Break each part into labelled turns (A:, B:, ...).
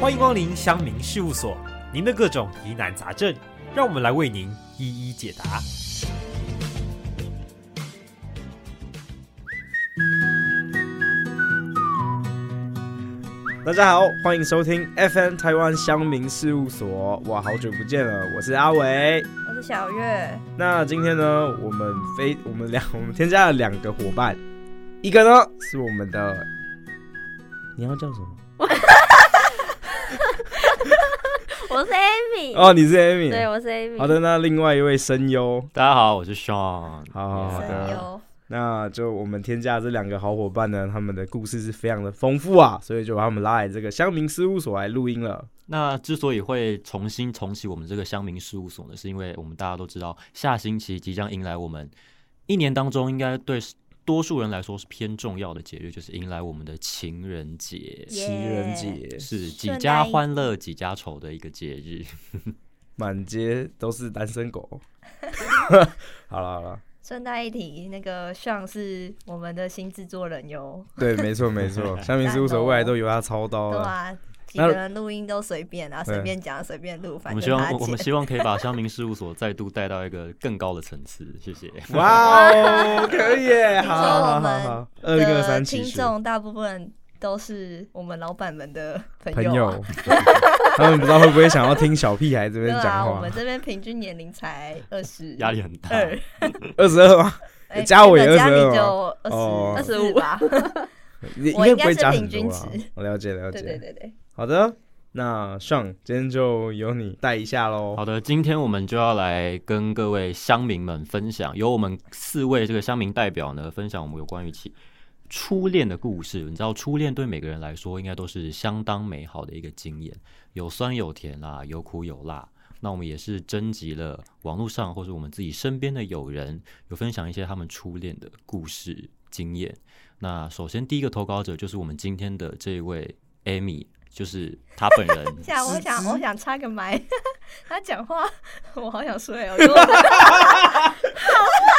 A: 欢迎光临乡民事务所，您的各种疑难杂症，让我们来为您一一解答。
B: 大家好，欢迎收听 FM 台湾乡民事务所。哇，好久不见了，我是阿伟。
C: 我是小月，
B: 那今天呢，我们非我们两 我们添加了两个伙伴，一个呢是我们的，你要叫什么？
C: 我是 Amy，、
B: 哦，你是 Amy。
C: 对，我是 Amy。
B: 好的，那另外一位声优，
D: 大家好，我是 Sean。
B: 好好好
C: 声
B: 的，
C: 优，
B: 那啊就我们添加这两个好伙伴呢，他们的故事是非常的丰富啊，所以就把他们拉来这个乡民事务所来录音了。
D: 那之所以会重新重启我们这个乡民事务所呢，是因为我们大家都知道，下星期即将迎来我们一年当中应该对多数人来说是偏重要的节日，就是迎来我们的情人节，
C: 耶
B: 情人节，
D: 是
C: 顺带
D: 几家欢乐几家愁的一个节日。
B: 满街都是单身 狗。好了好了。
C: 顺带一提，那个像是我们的新制作人哟，
B: 对，没错没 错，香民事务所未来都由他操刀
C: 对
B: 了。
C: 啊，几个人录音都随便啊，
B: 对
C: 随便讲，随便录，
D: 我
C: 反
D: 们希
C: 正
D: 望
C: 他
D: 我们
C: 剪。
D: 希望可以把乡民事务所再度带到一个更高的层次。谢谢。
B: 哇哦，可 以耶！好
C: 听啊说
B: 好
C: 我
B: 好
C: 们
B: 好，二零二
C: 的
B: 三期
C: 听
B: 许
C: 众大部分都是我们老板们的朋
B: 朋
C: 友啊、
B: 友，他们不知道会不会想要听小屁孩这
C: 对
B: 边
C: 啊，
B: 讲
C: 我
B: 话
C: 们？这边平均年龄才二十
D: 压力很大，
C: 二，
B: 二十二吗？
C: 哎
B: 加我也
C: 那个加
B: 22
C: 你就二
B: 哦
C: 十二十五吧，
B: 你应
C: 我
B: 该
C: 应
B: 不
C: 该
B: 会
C: 是
B: 加很
C: 平均
B: 多啦
C: 值。
B: 我了解 了
C: 对对
B: 解。
C: 对对，
B: 好的，那上今天就由你带一下喽。
D: 好的，今天我们就要来跟各位乡民们分享，由我们四位这个乡民代表呢，分享我们有关于其初恋的故事。你知道，初恋对每个人来说，应该都是相当美好的一个经验，有酸有甜啦，有苦有辣。那我们也是征集了网络上或是我们自己身边的友人，有分享一些他们初恋的故事经验。那首先第一个投稿者就是我们今天的这位 Amy，就是她本人。
C: 下，我想我想插个麦，他讲话我好想睡 哦，给我好累哦，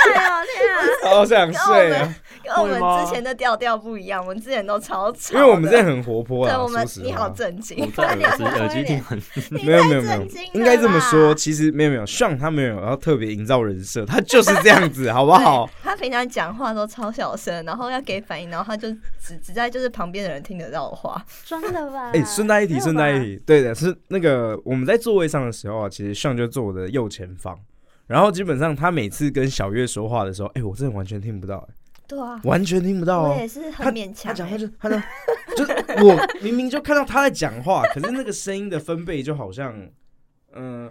C: 天啊！
B: 好想睡啊，
C: 跟我
D: 会吗
C: 们之前的调调不一样，我们之前都超吵
B: 因
C: 的，
B: 为我们这很活泼
C: 对
B: 啦。
C: 我们
B: 说实
C: 你
B: 话
C: 好震惊
D: 我，在耳机耳机听很
B: 没有没有没
C: 太
B: 有
C: 震惊了，
B: 应该这么
C: 啦
B: 说，其实没有没有，上他没有要特别营造人设，他就是这 样子，好不好？
C: 他平常讲话都超小声，然后要给反应，然后他就只只在就是旁边的人听得到的话，
E: 装的吧？
C: 啊
B: 哎，顺带一提，
E: 没有吧
B: 顺带一提，对的，是那个我们在座位上的时候啊，其实上就坐我的右前方，然后基本上他每次跟小月说话的时候，哎，我真的完全听不到，哎
C: 对啊，
B: 完全听不到
C: 我
B: 哦
C: 也。是
B: 他
C: 很勉
B: 他
C: 强
B: 讲
C: 欸，
B: 话就他就就是我明明就看到他在讲话， 可是那个声音的分贝就好像，嗯，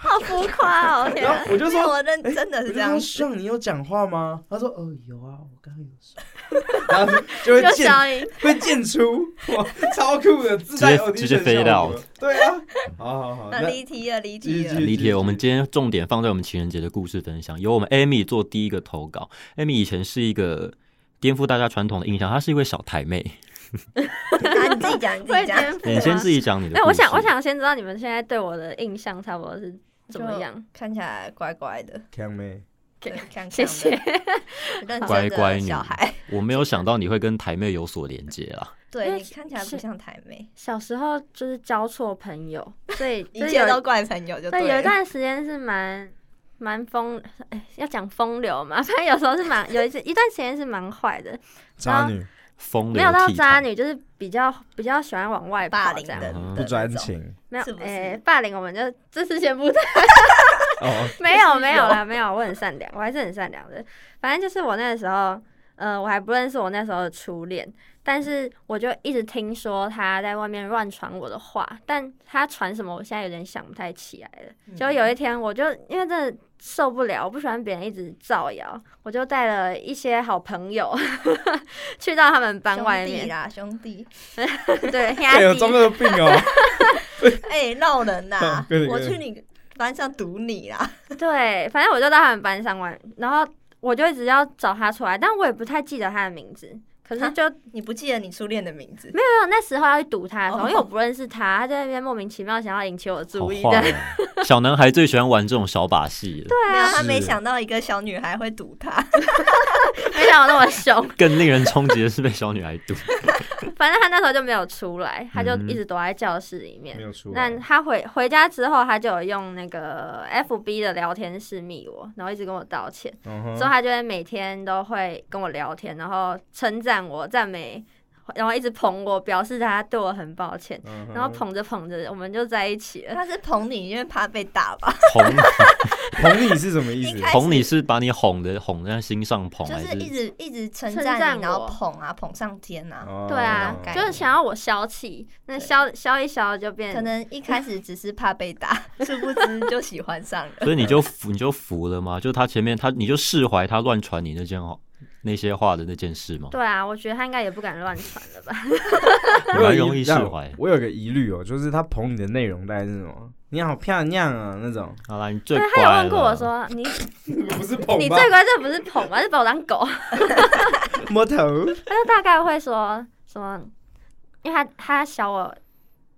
C: 好浮夸哦，天啊
B: 然后我就说哎
C: 因为我认真的
B: 我
C: 啊是
B: 就
C: 这样
B: 说，像你有讲话吗？他说哦有啊，我刚刚有说，然后就会
C: 有
B: 见
C: 小音，
B: 会溅出，哇，超酷的，自带 audition
D: 直接飞
B: 效果
D: 到
B: 对啊，好好好，
C: 那
B: 那
C: 离题了，离
B: 继续
C: 题
B: 继
C: 了
B: 续，
D: 理解，我们今天重点放在我们情人节的故事分享，由我们 Amy 做第一个投稿。Amy 以前是一个颠覆大家传统的印象，她是一位小台妹。
C: 啊，你自己讲，你自己
E: 会
C: 讲。
E: 颠覆吗
D: 你先自己讲你的故事。
E: 哎，我想，我想先知道你们现在对我的印象差不多是怎么样？？
C: 看起来乖乖的，
B: 强妹，
C: 对，看
E: 谢谢。
C: 认
D: 乖
C: 真
D: 乖
C: 的
D: 女
C: 小孩。
D: 我没有想到你会跟台妹有所连接啊。
E: 因
C: 对
E: 为
C: 你看起来不像台妹，
E: 小时候就是交错朋友，所 以
C: 一
E: 就是
C: 切都
E: 有
C: 怪朋友就
E: 对有
C: 了
E: 一段时间是蛮蛮风， 哎，要讲风流嘛，反正有时候是蛮有一次一段时间是蛮坏的，
B: 渣女
D: 风流
E: 没有到
D: 倜傥
E: 渣，女，就是比较比较喜欢往外
C: 霸
E: 跑
C: 凌
E: 这样。
C: 的
D: 嗯
B: 不专，情
E: 没有
C: 是，不是
E: 哎，霸凌我们就这次先不
B: 哦，
E: 没有没有啦，没有，我很善良，我还是很善良的。反正就是我那个时候，呃，我还不认识我那时候的初恋，但是我就一直听说他在外面乱传我的话，但他传什么，我现在有点想不太起来
C: 嗯
E: 了。就有一天，我就因为真的受不了，我不喜欢别人一直造谣，我就带了一些好朋友 去到他们班
C: 兄
E: 外
C: 弟
E: 面，
C: 啦，兄弟，
E: 对，
B: 哎
E: 压
B: 呦，
E: 低
B: 中二病哦，！
C: 哎，闹人呐
B: 对对对
C: 我去你班上堵你啦，
E: 对，反正我就到他们班上玩，然后我就一直要找他出来，但我也不太记得他的名字。可
C: 哈
E: 是就
C: 你不记得你初恋的名字？
E: 没有那时候要去堵他的时候，
C: 哦
E: 因为我不认识他，他在那边莫名其妙想要引起我的
D: 好
E: 注意
D: 坏
E: 的。
D: 哦。小男孩最喜欢玩这种小把戏了，
E: 对
C: 没有，
E: 啊，
C: 他
B: 是
C: 没想到一个小女孩会堵他，
E: 没想到那么凶。
D: 更令人冲击的是被小女孩堵。
E: 反正他那时候就没有出来，他就
D: 嗯
E: 一直躲在教室里面
B: 没。有出来
E: 那。他回回家之后，他就有用那个 FB 的聊天室密我，然后一直跟我道歉，
B: 嗯哼
E: 之后他就会每天都会跟我聊天，然后称赞我、赞美，然后一直捧我，表示他对我很抱歉。
B: 嗯哼
E: 然后捧着捧着，我们就在一起了。
C: 他是捧你，因为怕被打吧？
D: 哄
B: 捧你是什么意思
C: 一？开始
D: 哄你是把你哄的哄在心上捧，
C: 就
D: 还
C: 是一
D: 是
C: 直一直称
E: 称赞
C: 赞你，然后
E: 我
C: 捧啊捧上天啊。
B: 哦
E: 对啊
C: 那，种
E: 就是想要我消气，那消消一消就变。
C: 可能一开始只是怕被 打，殊不知就喜欢上了。
D: 所以你就服你就服了吗？就他前面他你就释怀他乱传你那件话那些话的那件事吗？
E: 对啊，我觉得他应该也不敢乱传了吧？
B: 我有
D: 蛮
B: 一
D: 容易释
B: 让
D: 怀。
B: 我有个疑虑哦，就是他捧你的内容大概是什么？你好漂亮啊那种，
D: 好啦，你最
E: 对，
D: 乖
E: 他有问过
D: 了
E: 我说：“ 你
B: 不是捧
E: 你最乖，这不是捧吗？是把我当狗。”啊
B: 摸头。
E: 他就大概会说什么，因为他他小我，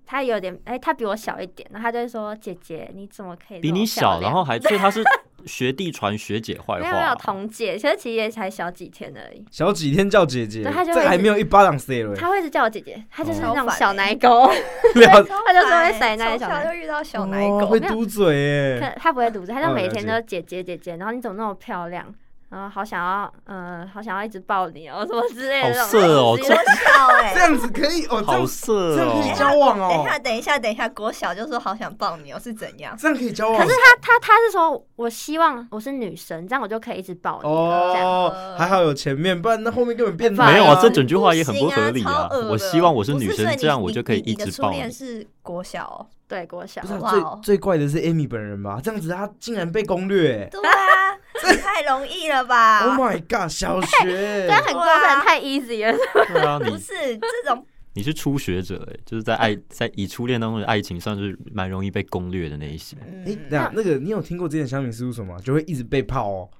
E: 他有点哎、他比我小一点，然后他就会说：“姐姐，你怎么可以这
D: 比
E: 么
D: 你
E: 漂
D: 小，
E: 亮
D: 然后还所以他是学弟传学姐坏
E: 没有没有
D: 话，
E: 同届，其实其实也才小几天而已。
B: 小几天叫姐姐，
E: 对他就会
B: 这还没有一巴掌塞了。
E: 他会一直叫我姐姐，他就是
B: 哦
E: 那
C: 超
E: 种
C: 烦欸
E: 小奶狗，
B: 了
E: 他就是会塞那些
C: 哎从
E: 小奶
C: 欸小
E: 狗。
C: 就遇到小奶狗，
B: 哦会嘟嘴耶，
E: 可他不会堵着，他就
B: 哦
E: 每
B: 了
E: 天
B: 解
E: 都姐姐姐姐，然后你怎么那么漂亮，然后好想要，嗯，好想要一直抱你哦，什么之类
D: 好
E: 的。
D: 色哦
E: 这
C: 国
E: 种东 西
C: 小哎、
B: 这样子可以哦，这
D: 好
B: 样
D: 色
B: 这样可以
D: 哦。
B: 交往
C: 等一
B: 哦，
C: 下，哎等一下，等一下，国小就说好想抱你哦，是怎样？
B: 这样可以交往。
E: 可是他他他是说，我希望我是女神，这样我就可以一直抱你。这样
B: 哦，
C: 呃
B: 还好有前面，不然那后面根本变态
D: 没有
E: 啊
D: 啊，这整句话也很不合理
C: 行啊超恶的
D: 我希望我是
C: 不
D: 女
C: 所以
D: 生，
C: 你
D: 这样我
C: 你
D: 就可以
C: 你
D: 一
C: 你的
D: 直
C: 初
D: 抱你
C: 恋。是国小、哦，
E: 对，国小
B: 不是
C: 哇
B: 啊
C: 哦
B: 最最怪的是 Amy 本人吧？这样子他竟然被攻略
C: 对啊，这太容易了 吧？
E: 啊
B: ，Oh my god，小 学
E: 这样很过分，太 easy 了。
D: 对啊，
C: 不
D: 你
C: 是这种，
D: 你是初学者哎，就是在爱在以初恋当中的爱情算是蛮容易被攻略的那一些。
C: 嗯
B: 哎，那那个你有听过之前香米事务所吗？就会一直被泡哦。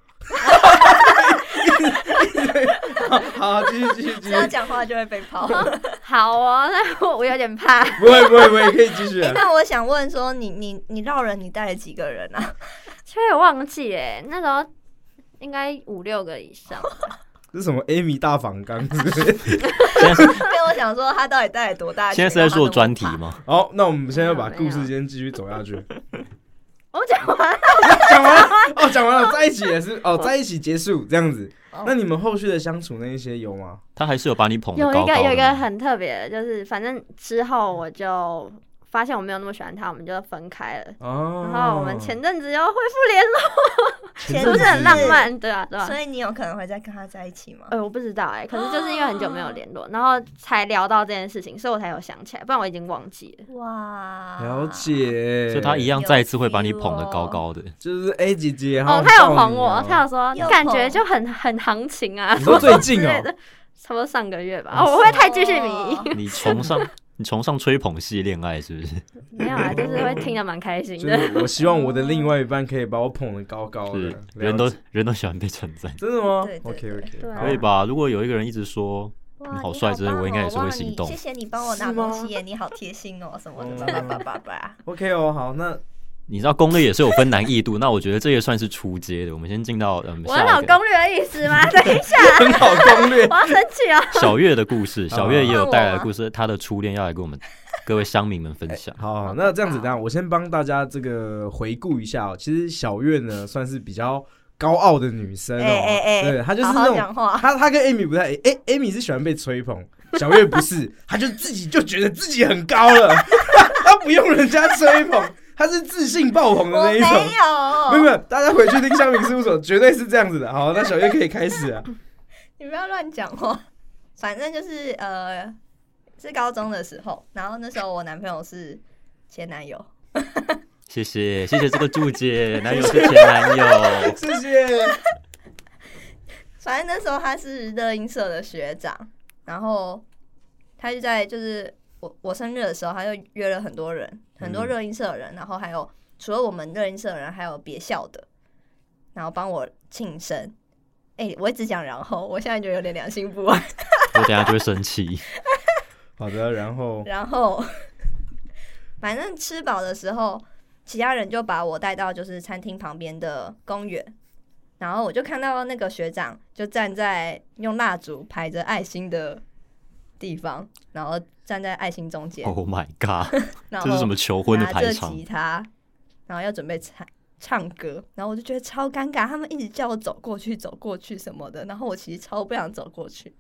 B: 好，好继续继续继
C: 只
B: 续
C: 要，讲话就会被 泡。
D: 啊
E: 好哦，那我我有点怕。
B: 不会不会不会，可以继 续
C: 哎、
B: 啊。
C: 那我想问说你，你你绕人，你带了几个人啊？
E: 其实我忘记哎，那时候应该五六个以上。
B: 这是什么 Amy 大反 刚是不是？
D: 现在是
C: 因为我想说，他到底带了多大群？
D: 现在是在做专题吗？
B: 好，那我们现在把故事先继续走下去。
E: 我讲完了，
B: 讲完了哦，讲完了，在一起也是哦，在一起结束这样子。
C: 哦
B: 那你们后续的相处那一些有吗？
D: 他还是有把你捧得
E: 有
D: 高高
E: 一个
D: 的吗。
E: 有一个很特别的，就是反正之后我就发现我没有那么喜欢他，我们就分开了。
B: 哦，
E: 然后我们前阵子又恢复联络，
C: 前
E: 是不是很浪漫？对啊，对啊
C: 所。以你有可能会再跟他在一起吗？
E: 呃，我不知道哎、可是就是因为很久没有联络，然后才聊到这件事情，所以我才有想起来，不然我已经忘记了。
C: 哇，
B: 了，解，
D: 所以他一样再一次会把你捧得高高的。
B: 就是 A 姐姐
E: 哦，他有捧我，他有说你
C: 又
E: 感觉
C: 捧
E: 就很很行情啊，
B: 你说最近
E: 之类
B: 哦，
E: 的，差不多上个月吧。
B: 哦
E: 哦，我会太继续迷，
C: 哦
D: 你崇尚你崇尚吹捧系恋爱是不是？
E: 没有啊，就是会听得蛮开心
B: 就
E: 的。
B: 是我希望我的另外一半可以把我捧得高高的
D: 是，
B: 了
D: 人都
B: 解
D: 人都喜欢被称赞，
B: 真的吗
C: 对对
B: ？OK
E: 对
B: OK，
E: 啊
D: 可以吧？如果有一个人一直说
C: 哇
D: 你好帅之类
C: 棒哦
D: 我应该也是会
C: 哇
D: 心
C: 你
D: 动
C: 谢谢你帮我拿东西耶，你好贴心哦，什么
B: 嗯
C: 的，叭叭叭叭 叭。
B: OK 哦，好，那
D: 你知道攻略也是有分难易度，那我觉得这也算是初阶的。我们先进到嗯，
E: 我
D: 下一
E: 老
D: 个
C: 啊
E: 攻略的意思吗？等一下，
B: 很好攻略
E: 我要生 气哦。
D: 小月的故事，
B: 好
D: 小月也有带来
C: 啊换我
D: 的
C: 吗
D: 故事，她的初恋要来 跟我们各位乡民们分享。
B: 好，那这样子，等一下我先帮大家这个回顾一下哦。其实小月呢，算是比较高傲的女生哦，
C: 哎哎哎，
B: 对，她就是
C: 好
B: 那
C: 好
B: 种，
C: 讲话，
B: 她她跟 Amy 不太，哎、a m y 是喜欢被吹捧，小月不是，她就自己就觉得自己很高了， 她不用人家吹捧，她是自信爆棚的
C: 我
B: 那
C: 没
B: 一种。 没有
C: 有，
B: 没有，大家回去听香民事务所，绝对是这样子的。好，那小月可以开始啊。
C: 你不要乱讲话。反正就是呃，是高中的时候，然后那时候我男朋友是前男友，
D: 谢谢谢谢这个 注解，男友是前男友，
B: 谢谢。
C: 反正那时候他是热音社的学长，然后他就在就是我我生日的时候，他就约了很多人，很多热音社的人，然后还有除了我们热音社的人，还有别校的，然后帮我庆生。哎、我一直讲然后，我现在就有点良心不安。
D: 我等一下就会生气。
B: 好的，然后
C: 然后 反正吃饱的时候，其他人就把我带到就是餐厅旁边的公园，然后我就看到那个学长就站在用蜡烛排着爱心的地方，然后站在爱心中间，
D: Oh my god，
C: 然后
D: 这是什么求婚的
C: 拿
D: 排
C: 着
D: 场
C: 吉？他，然后要准备唱唱歌，然后我就觉得超尴尬，他们一直叫我走过去，走过去什么的，然后我其实超不想走过去。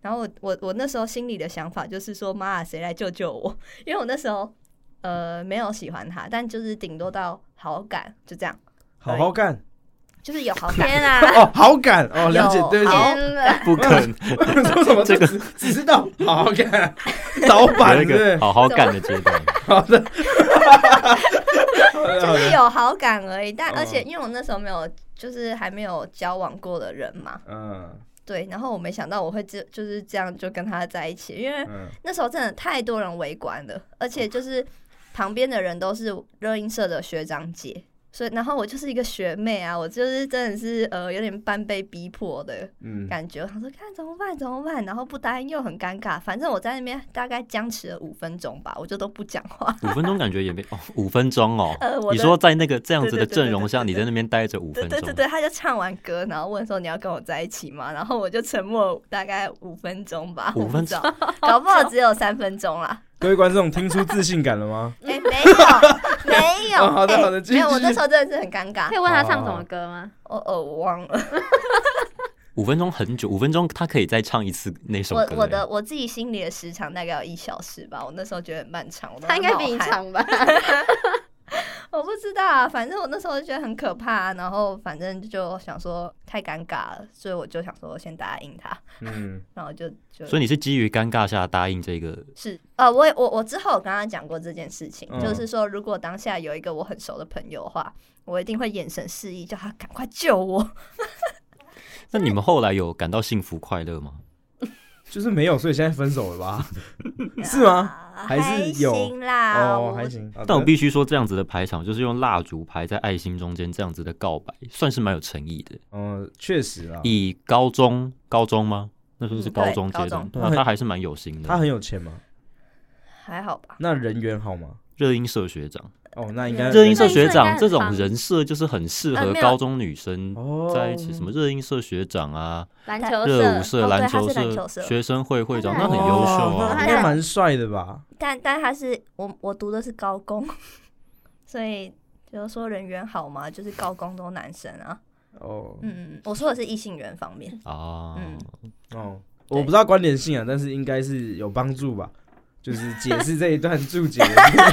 C: 然后我我我那时候心里的想法就是说，妈啊，谁来救救我？ 因为我那时候呃没有喜欢他，但就是顶多到好感，就这样，
B: 好好干
C: 就是有好感。
E: 天啊，
B: 哦，好感哦，了解
C: 有，
B: 对不起，
C: 好
E: 天啊，
D: 不可能，
B: 我说什么
D: 这个
B: 只只知道好好 干，老板是
D: 有一
B: 不是
D: 个 好好干的阶段。
B: 好的好
C: 就是
B: 的，
C: 有好感而已，但
B: 哦
C: 而且因为我那时候没有，就是还没有交往过的人嘛，
B: 嗯
C: 对，然后我没想到我会这就是这样就跟他在一起，因为
B: 嗯
C: 那时候真的太多人围观了，而且就是旁边的人都是热音社的学长姐，所以然后我就是一个学妹啊，我就是真的是呃有点半被逼迫的
B: 嗯，
C: 感觉，我想说看怎么办怎么办，然后不答应又很尴尬，反正我在那边大概僵持了五分钟吧，我就都不讲话，
D: 五分钟感觉也没哦，五分钟哦。
C: 呃，我
D: 你
C: 的
D: 说在那个这样子的
C: 对对对
D: 阵容下，
C: 对对
D: 你在那边待着五
C: 对
D: 分
C: 对
D: 钟，
C: 对对，他就唱完歌，然后问说你要跟我在一起吗？然后我就沉默大概五分钟吧，
D: 五分
C: 钟， 搞不好只有三分钟啦。
B: 各位观众听出自信感了吗？
C: 哎、没有，没有，
B: 哦好的
C: 哎
B: 好的继续
C: 没有，我
B: 继续
C: 那时候真的是很尴尬
E: 可以，问他唱什么歌吗？
C: 哦哦，我忘了，
D: 五分钟很久，五分钟他可以再唱一次那首
C: 我
D: 歌。欸
C: 我的我自己心里的时长大概有一小时吧，我那时候觉得很漫长，我都
E: 他应该
C: 冒
E: 比你
C: 汗，
E: 长吧？
C: 我不知道啊，反正我那时候就觉得很可怕、然后反正就想说太尴尬了，所以我就想说先答应他，
B: 嗯，
C: 然后就就
D: 所以你是基于尴尬下答应这个，
C: 是，呃，我也我我之后有跟他讲过这件事情，
B: 嗯
C: 就是说，如果当下有一个我很熟的朋友的话，我一定会眼神示意，叫他赶快救我。
D: 那你们后来有感到幸福快乐吗？
B: 就是没有，所以现在分手了吧？ 是吗？
C: 啊
B: 还是有
C: 行啦，
B: 哦，
C: 啊我
B: 还。行。好的
D: 但我必须说，这样子的排场，就是用蜡烛排在爱心中间，这样子的告白，算是蛮有诚意的。
B: 嗯，确实啊，
D: 以高中高中吗？那时候是
C: 嗯
D: 高
C: 对
D: 中阶
C: 高
D: 段
C: 中，
D: 对啊，他还是蛮有心
B: 他
D: 的。
B: 很有钱吗？
C: 还好吧，
B: 那人缘好吗？
D: 热音社学长，
B: 哦，那应该
D: 热音社学
E: 热音社应该
D: 长
E: 很
D: 这种
E: 棒
D: 人设就是很适
C: 哦
E: 呃
D: 合
E: 没有
D: 高中女生
B: 哦
D: 在一起，什么热音社学长啊，
E: 篮球
D: 热
C: 哦
D: 舞
E: 社，
D: 社、
C: 对
D: 篮
C: 他
D: 球
C: 是篮
D: 社
C: 球、社
D: 学生会会长，
E: 他
D: 那
E: 是
D: 很
E: 篮
D: 优
E: 球
D: 秀
B: 哦
E: 社
D: 啊。
B: 那应该蛮帅的吧？
C: 但但他是我我读的是高工， 所以就是说人缘好嘛，就是高工都男生啊。
B: 哦
C: 嗯，我说的是异性缘方面，
D: 啊，
C: 嗯
B: 哦，
C: 对
B: 我不知道关联性啊，但是应该是有帮助吧。就是解释这一段 注解，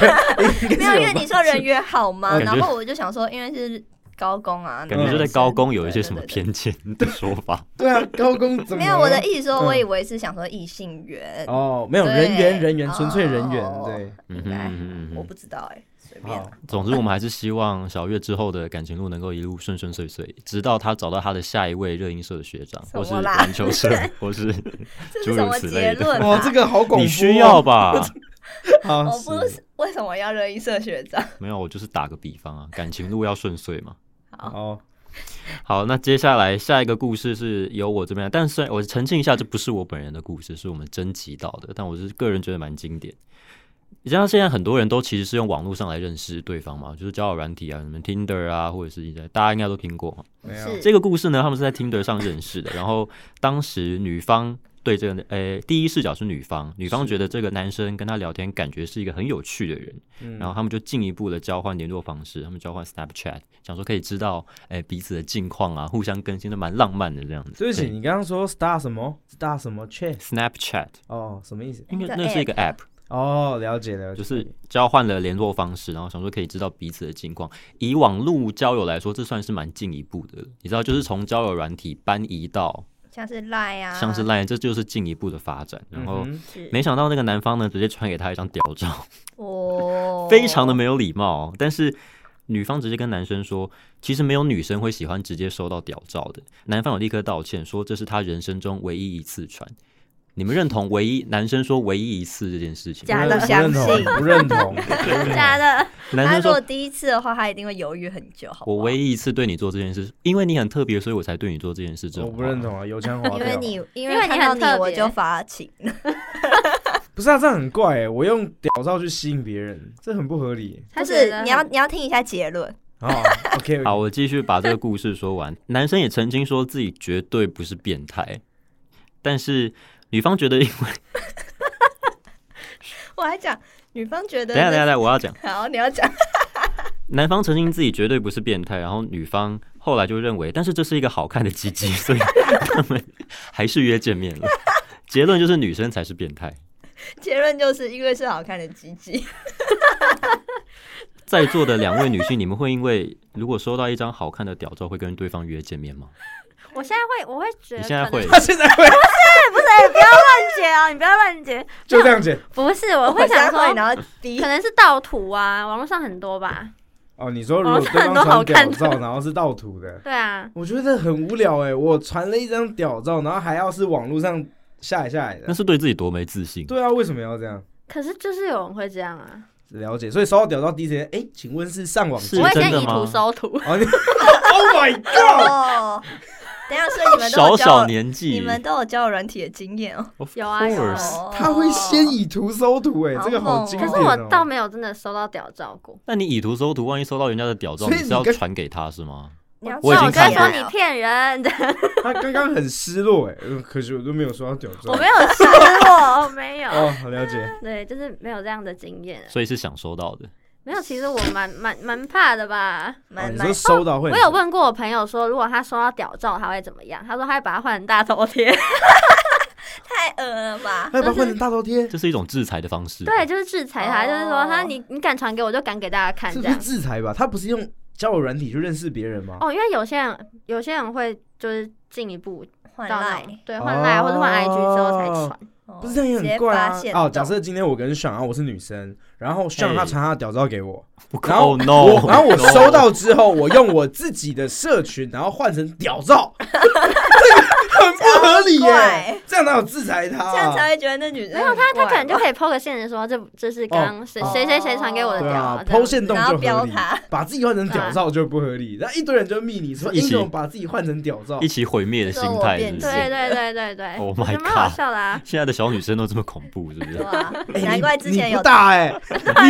C: 没有，
B: 应该是
C: 因为你说人缘好嘛，
D: 感觉
C: 然后我就想说，因为是高工啊，
D: 感觉就在
C: 男
D: 高
C: 生
D: 工有一些
C: 对
D: 什么
C: 对对
D: 偏见的说法。
B: 对啊，高工怎么
C: 没有，我的意思说，
B: 嗯
C: 我以为是想说异性缘，
B: 哦，没有
C: 对
B: 人缘，人缘纯粹人缘，
C: 哦
B: 对，
D: 嗯
C: 应
D: 哼
C: 该
D: 嗯哼嗯
C: 我
D: 哼
C: 不知道哎、随便
B: 好。，
D: 总之，我们还是希望小月之后的感情路能够一路顺顺遂遂，直到她找到她的下一位热音社的学长，
C: 什
D: 或
C: 么
D: 是
C: 啦
D: 篮球社，或是
C: 这
D: 诸
C: 是
D: 如
C: 什么
D: 此
C: 结
D: 类的
C: 论、啊？
B: 哇，这个好广，
D: 你需要？ 吧？
C: 哦
B: 啊，
C: 我不是为什么要热音社学长？
D: 没有，我就是打个比方啊，感情路要顺遂嘛。
B: 哦，
D: 好，那接下来下一个故事是由我这边来，但虽然我澄清一下，这不是我本人的故事，是我们征集到的，但我是个人觉得蛮经典。你像现在很多人都其实是用网络上来认识对方嘛，就是交友软体啊，什么 Tinder 啊，或者是一些大家应该都听过嘛。
B: 没有，
C: 是
D: 这个故事呢，他们是在 Tinder 上认识的，然后当时女方对这个，呃，第一视角是女方，女方
B: 是
D: 觉得这个男生跟她聊天感觉是一个很有趣的人，
B: 嗯
D: 然后他们就进一步的交换联络方式，他们交换 Snapchat，想说可以知道哎、彼此的近况啊，互相更新的蛮浪漫的这样子。
B: 对不起，你刚刚说 star 什么 star 什么 chat
D: ，Snapchat
B: 哦，什么意思？
D: 应
C: 一
D: 该
C: 个
D: 那是一个 App，
B: 哦，了解了解，
D: 就是交换了联络方式，然后想说可以知道彼此的近况。以网络交友来说，这算是蛮进一步的了，你知道，就是从交友软体搬移到
C: 像是赖啊，
D: 像是 Line，这就是进一步的发展。然后
B: 嗯哼
C: 是
D: 没想到那个男方呢，直接传给他一张屌照。
C: 哦，
D: 非常的没有礼貌、哦。但是女方直接跟男生说，其实没有女生会喜欢直接收到屌照的。男方有立刻道歉，说这是他人生中唯一一次传。你们认同唯一男生说唯一一次这件事情吗？
C: 假的
B: 不
C: 相
B: 认
C: 信
B: 同，不认同，不认同
E: 假的，
D: 男
C: 他
D: 生
C: 如果
D: 说。
C: 第一次的话，他一定会犹豫很久，好不
D: 我
C: 好
D: 唯一一次对你做这件事，因为你很特别，所以我才对你做这件事。这种
B: 我
D: 话
B: 不认。同啊，油腔滑调。
C: 因为你因
E: 因为
C: 为
E: 你
C: 看到
E: 很
C: 你
E: 特别
C: 我就发情，
B: 不是啊，这样很怪哎，我用屌照去吸引别人，这很不合理
C: 不
E: 他觉得
C: 是你要你要听一下结论，
B: 啊。OK，
D: 好，我继续把这个 故事说完。男生也曾经说自己绝对不是变态，但是女方觉得因 为
C: 我还讲女方觉得
D: 等一下等一下，等一下我要讲，
C: 好，你要讲，
D: 男方曾经自己绝对不是变态，然后女方后来就认为，但是这是一个好看的鸡鸡，所以他们还是约见面了。结论就是女生才是变态，
C: 结论就是因为是好看的鸡鸡，
D: 在座的两位女性，你们会因为如果收到一张好看的屌照，会跟对方约见面吗？
E: 我现在会，我会觉得
D: 你现在
E: 可能
D: 会
B: 他现在会
E: 不是，不要乱截啊！你不要乱截，
B: 就这样子。
E: 不是，我会想
C: 想
E: 说，
C: 然后
E: 可
C: 逼，
E: 能是盗图啊，网络上很多吧？
B: 哦，你说如果
E: 网
B: 对
E: 上
B: 方
E: 很多好
B: 传
E: 看
B: 屌
E: 的
B: 照，然后是盗图的，
E: 对啊，
B: 我觉得很无聊哎、我传了一张屌照，然后还要是网络上下载下来
D: 那
B: 的。
D: 是对自己多没自信。
B: 对啊，为什么要这样？
E: 可是就是有人会这样啊。
B: 了解，所以收到屌照第一时间，哎、请问是上 网
D: 是
B: 借
E: 我会
D: 真
E: 先
D: 的
E: 以图
D: 吗
E: 搜图，
B: 哦你，Oh my god！
C: 哦，等一下，所以你们都
D: 小
C: 有
D: 小
C: 交友，
D: 年纪，
C: 你们都有交友软体的经验哦，
D: Of
E: 有啊有啊
D: course
C: 哦
B: 他会先以图搜图、哎，
C: 好
B: 这个好经
E: 可
B: 典
E: 是
B: 哦、
E: 我倒没有真的收到屌照过。
D: 那你以图搜图，万一收到人家的屌照，
B: 所
D: 你
B: 以
D: 是
B: 你
D: 要
B: 跟
D: 传给他是吗？
C: 你要
D: 我已
E: 那
D: 经
E: 我就
D: 看
E: 会
D: 过
E: 说你骗人，
B: 他刚刚很失落哎、嗯可是我都没有收到屌照
E: 我。没有试过，我没有。
B: 哦，好了解。
E: 对，就是没有这样的经验。
D: 所以是想收到的。
E: 没有，其实我蛮蛮蛮怕的吧。
B: 哦、
C: 蛮
B: 你
C: 蛮
B: 说收到会？
E: 我有。问过我朋友说，如果他收到屌照，他会怎么样？他说他会把它换成大 头贴。
C: 太恶了吧？
B: 要把它换成大头贴，
D: 这是一种制裁的方式。
E: 对，，就是制裁他，
C: 哦
E: 就是说他你你敢传给我，就敢给大家看
B: 是
E: 这
B: 不是
E: 样。
B: 制裁吧？他不是
C: 嗯
B: 用交友软体去认识别人吗？
E: 哦，因为有些人有些人会就是进一步
C: 换
E: 到那
C: 赖
E: 种，对换赖或者换 IG 之后才传。
C: 哦
B: 不是这样也
C: 直接
B: 很怪
C: 发
B: 啊
C: 现！
B: 哦，
C: 洞
B: 假设今天我跟上，然后我是女生，然后上
D: 嘿
B: 他传他的屌照给我，然后
D: 哦 no，
B: 我然后我
D: no
B: 收到之后，我用我自己的社群，然后换成屌照， 这个很不合理耶
C: 怪！
B: 这样哪有制裁他啊？
C: 这样才会觉得那女生
E: 没有他，
C: 很
E: 他可能就
C: 怪吧
E: 可以 PO 个现实说这这是刚刚谁
B: 哦
E: 谁谁谁传给我的
B: 对
E: 屌
B: 啊
E: 啊，这样
B: 剖线动
C: 然后
B: 就合
C: 标啊
B: 理，
C: 他，
B: 把自己换成屌照就不合理。然后一堆人就密你说，
D: 一
B: 英
D: 起
B: 雄把自己换成屌照
D: 一，起毁灭的心态是
C: 说
D: 不
C: 我
E: 对
D: 是
C: 变？
E: 对对对对
D: Oh
E: 我觉
D: my
E: 得蛮好
D: God
E: 笑的啊。
D: 现在的小女生都这么恐怖，是不
C: 对
D: 是？
C: 啊
B: 哎
C: 难
B: 你
C: 怪之前
B: 你
C: 有
B: 不大 哎，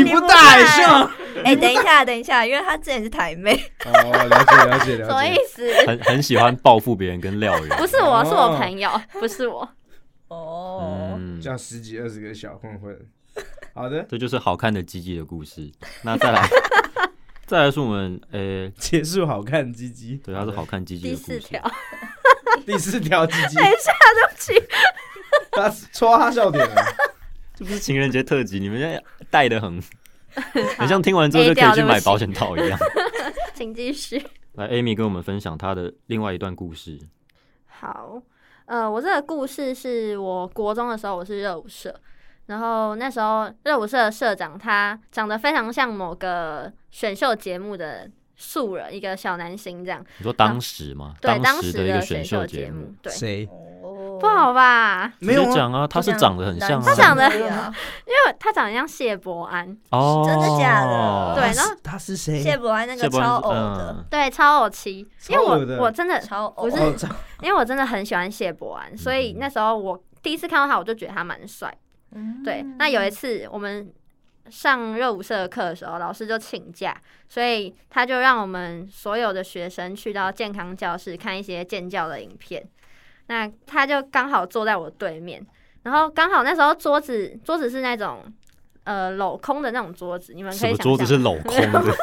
B: 你不大哎，上
C: 哎，等一下，等一下，因为他之前是台妹，
B: 哦，了解了解
E: 什
B: 了
E: 么意
B: 解。
E: 思？
D: 很 很喜欢报复别人跟撩人。
E: 不是我，是我朋友，不是我。
C: 哦，
D: 嗯，
B: 像十几二十个小混混，好的，
D: 这就是好看的鸡鸡的故事。那再来， 再来是我们呃，
B: 结束好看鸡鸡，
D: 对，它是好看鸡鸡
E: 第
D: 的故
E: 四
D: 事
E: 条。，
B: 第四条鸡鸡，
E: 对不起，
B: 他戳他笑点啊 了。
D: 这不是情人节特辑，你们现在带的很，很像听完之后就可以去买保险套一样。
E: 请继续。
D: 来，Amy 跟我们分享她的另外一段故事。
E: 好，呃，我这个故事是我国中的时候，我是热舞社，然后那时候热舞社的社长他长得非常像某个选秀节目的素人，一个小男星这样。
D: 你说当时吗？
E: 啊对，当
D: 时
E: 时
D: 的一个
E: 的
D: 选
E: 选
D: 秀
E: 节
D: 目，
E: 目，对，
B: 谁？
C: 哦
E: 不，好吧？
B: 没有
D: 直接
B: 啊，
D: 讲啊，他
C: 就是像
D: 长得很像
C: 男
D: 啊，
C: 生
E: 他长得
C: 一 样
E: 因为他长得像谢伯安，
D: 哦，
C: 真的假的
B: 他
E: 对
B: 啊是
E: 然后
B: 他是谁？
C: 谢伯安那
D: 谢
C: 个
D: 伯恩
C: 超
D: 是嗯
C: 偶的，，
E: 对，超偶妻，因为
B: 超偶的
E: 我我真的
C: 超偶
E: 不是
B: 哦这
E: 因为我真的很喜欢谢伯安，所以
D: 嗯
E: 那时候我第一次看到他，我就觉得他蛮帅。
C: 嗯
E: 对，那有一次我们上热舞社的课的时候，老师就请假，所以他就让我们所有的学生去到健康教室看一些健教的影片。那他就刚好坐在我对面，然后刚好那时候桌子桌子是那种呃镂空的那种桌子，你们
D: 什
E: 可以
D: 么
E: 想
D: 桌子是
E: 象。
D: 镂空 的？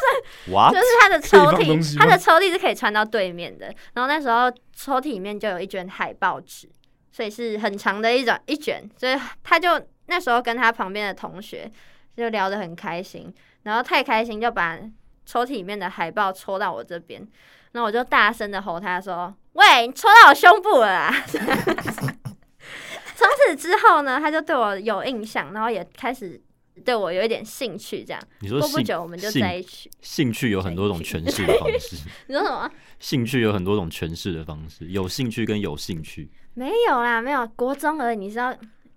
D: 哇
E: 就是它的
B: 啊可以
E: 抽
B: 放东西
E: 屉，
B: 吗
E: 它的抽屉是可以穿到对面的。然后那时候抽屉里面就有一卷海报纸，所以是很长的一种一卷。所以他就那时候跟他旁边的同学就聊得很开心，然后太开心就把抽屉里面的海报抽到我这边，那我就大声的吼他说：“喂，你抽到我胸部了啦！” 从此之后呢，他就对我有印象，然后也开始对我有一点兴趣，这样
D: 你说
E: 过不
D: 兴
E: 久我们就在
D: 兴
E: 一起。
D: 兴趣有很多种诠释的方 式，
E: 你说什么？
D: 兴趣有很多种诠释的方式，有兴趣跟有兴趣。
E: 没有啦，没有，国中而已。你知道，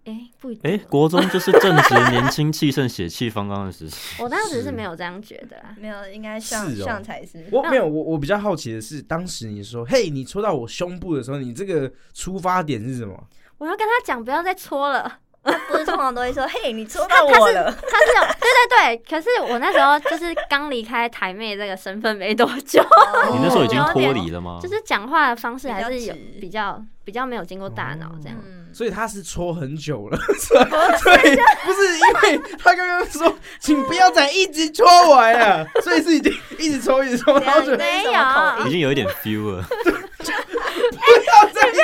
E: 哎、不一定。
D: 哎，国中就是正值年轻气盛、血气方刚的时 期。
E: 我当时是没有这样觉得啊啦。
C: 没有，应该上
B: 是哦
C: 上才是。
B: 我没有，我我比较好奇的是，当时你说“嘿，你戳到我胸部”的时候，你这个出发点是什么？
E: 我要跟他讲，不要再搓了。
C: 他不是通常都会说：“嘿，你戳
E: 他
C: 到
E: 他
C: 我
E: 是
C: 了。
E: 他是有 对对对，可是我那时候就是刚离开台妹这个身份没多久，
B: 哦
D: 你那时候已经
C: 哦
E: 哦有啊
D: 脱
E: 点
D: 离了吗？
E: 就是讲话的方式还是有
C: 比较直
E: 比较比较没有经过大脑这样。
C: 嗯，
B: 所以他是戳很久 了，所以不是因为他刚刚说，请不要再一直戳我呀，所以是已经一直戳一直戳， 然后就不
E: 没有啊
D: 已经有一点 feel 了。
B: 要再一直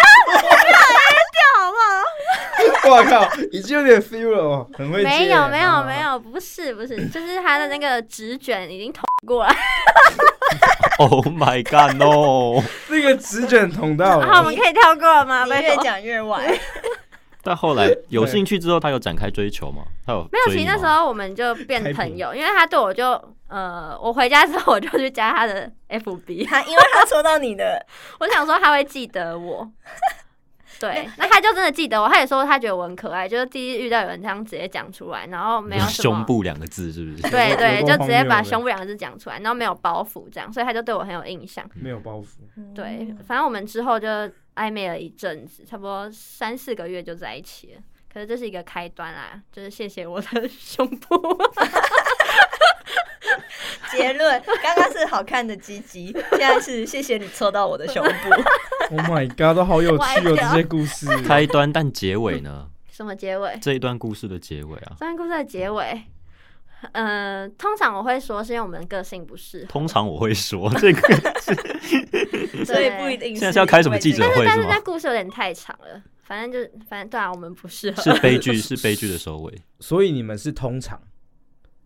E: 好不好？
B: 戳，我靠，已经有点 feel 了哦，很会接啊
E: 没有没有没，
B: 好好
E: 有，不是不是，就是他的那个直卷已经捅 过来。
D: Oh my god no！
B: 那个纸卷捅到
E: 啊
B: 了，
E: 好，我们可以跳过了吗？
C: 你
E: 拜
C: 越
E: 托
C: 讲越歪。
D: 但后来有
B: 对
D: 兴趣之后，他有展开追求吗？他有
E: 没有，
D: 追
E: 其实
D: 你
E: 那
D: 吗
E: 时候我们就变朋友，因为他对我就呃，我回家之后我就去加他的 FB，
C: 他因为他戳到你的，
E: 我想说他会记得我。对，那他就真的记得我，他也说他觉得我很可爱，就是第一遇到有人这样直接讲出来，然后没有
D: 就
E: 什
D: 是
E: 么
D: 胸部两个字是 不是？
E: 对
B: 有
E: 对，
B: 过
E: 就
B: 荒
E: 直接
B: 谬
E: 把
B: 的
E: 胸部两个字讲出来，然后没有包袱这样，所以他就对我很有印象。
B: 没有包袱，
E: 对，
C: 嗯
E: 反正我们之后就暧昧了一阵子，差不多三四个月就在一起了。可是这是一个开端啦，就是谢谢我的 胸部，
C: 结论刚刚是好看的鸡鸡，现在是谢谢你戳到我的胸部。
B: Oh my god，都好有趣
E: 歪
B: 哦，
E: 掉
B: 这些故 事。
D: 开端，但结尾呢？
E: 什么结尾？
D: 这一段故事的结尾啊，
E: 这段故事的结尾，嗯、通常我会说是因为我们个性不适合，
D: 通常我会 说这个，
C: 所以
E: 对
C: 不一定。
D: 现在是要开什么记者
E: 但是
D: 会
E: 但
D: 是
E: 是
D: 吗
E: 那故事有点太长了，反正就反正对啊，我们不适合。
D: 是悲剧，是悲剧的收尾。
B: 所以你们是通常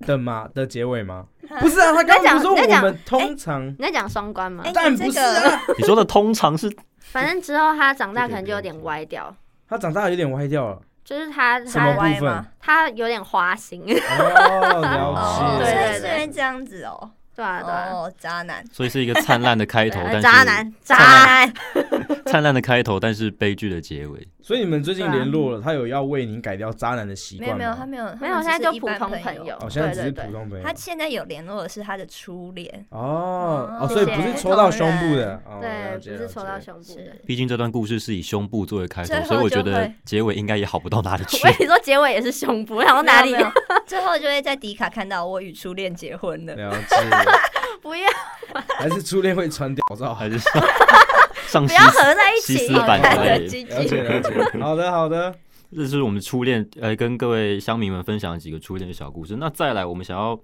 B: 的吗？的结尾 吗？不是啊，他刚刚
E: 你在讲
B: 不是说
E: 你在
B: 我
E: 讲
B: 们通常，
E: 你在讲双关吗？
C: 哎
B: 但不是
C: 这
B: 啊，
D: 你说的通常是
E: 反正之后他长
B: 这
E: 大可
B: 个
E: 能
B: 也
E: 就有
B: 不用
E: 点
B: 说
E: 歪掉，
B: 他长大有点歪掉了，
E: 就是他
B: 什么
E: 他
B: 部
C: 歪
B: 分
C: 吗？
E: 他有点花心， 对
B: 哦，
D: 哦
B: 了
C: 所
B: 解。
E: 对
C: 以
E: 对
C: 是因为这样子哦，
E: 啊对啊，
C: 哦，渣男。
D: 所以是一个灿烂的开头，但
E: 对
D: 是
E: 渣男渣
D: 男
E: 男，
D: 灿烂的开头，但是悲剧的结尾。
B: 所以你们最近联络了，他有要为您改掉渣男的习
C: 没有
B: 惯
C: 没有，他
B: 吗？
C: 没有
E: 啊没有，
C: 他们
E: 现在
C: 只
E: 就是
C: 一
E: 普
C: 般
E: 通
C: 朋
E: 朋。友。
B: 哦，现在只是
E: 对对
B: 普
E: 对
B: 通朋友
C: 他。现在有联络的是他的初恋，
B: 哦
C: 哦
E: 嗯
B: 哦，所以不是戳到胸部
C: 不同
B: 的，哦
E: 对，
B: 了
E: 不
B: 解
E: 是戳到
B: 了解
E: 胸部的。
D: 毕竟这段故事是以胸部作为开头
C: 最，后
D: 所以我
C: 就
D: 觉得
C: 会
D: 结尾应该也好不到哪里去
E: 我。跟你说，结尾也是胸部，我想到哪里
C: 没？有？没有 最后就会在迪卡看到我与初恋结婚
D: 啊
C: 了。
B: 了解，
E: 不要
B: 还是初恋会传屌 照，
D: 哦 还是上上
E: 不
D: 西
E: 要合在一
D: 西
E: 起
D: 斯，版
C: 看
D: 之
C: 着
D: 类的。
C: 鸡
B: 了
C: 鸡
B: 解，了解。 好的好的，
D: 这是我们初恋，呃，跟各位乡民们分享几个初恋的小故事。那再来，我们想要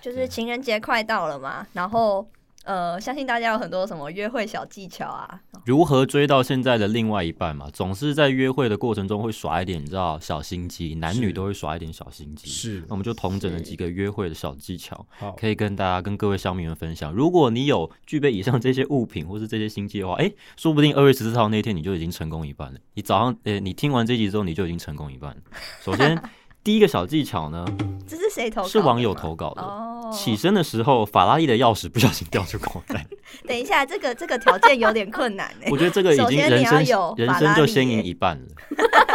C: 就是情人节快到了嘛，然后呃，相信大家有很多什么约会小技巧啊，
D: 如何追到现在的另外一半嘛？总是在约会的过程中会耍一点，你知道小心机，男女
B: 是
D: 都会耍一点小心机。
B: 是
D: 那我们就统整了
E: 是
D: 几个约会的小技巧，
B: 好，
D: 可以跟大家、跟各位乡民们分享。如果你有具备以上这些物品或是这些心机的话，诶，说不定二月十四号那天你就已经成功一半了。你早上，呃，你听完这集之后，你就已经成功一半了。首先， 第一个小技巧呢，
C: 这是谁投稿的
D: 是
C: 吗？
D: 网友投稿的。
C: 哦。
D: 起身的时候，法拉利的钥匙不小心掉出口袋。
C: 等一下，这个这个条件有点困难欸 呢、
D: 我觉得这个已
C: 首
D: 经
C: 先
D: 人
C: 你要
D: 生
C: 有
D: 人
C: 法
D: 生
C: 拉
D: 就
C: 利
D: 先
C: 耶
D: 赢一半了，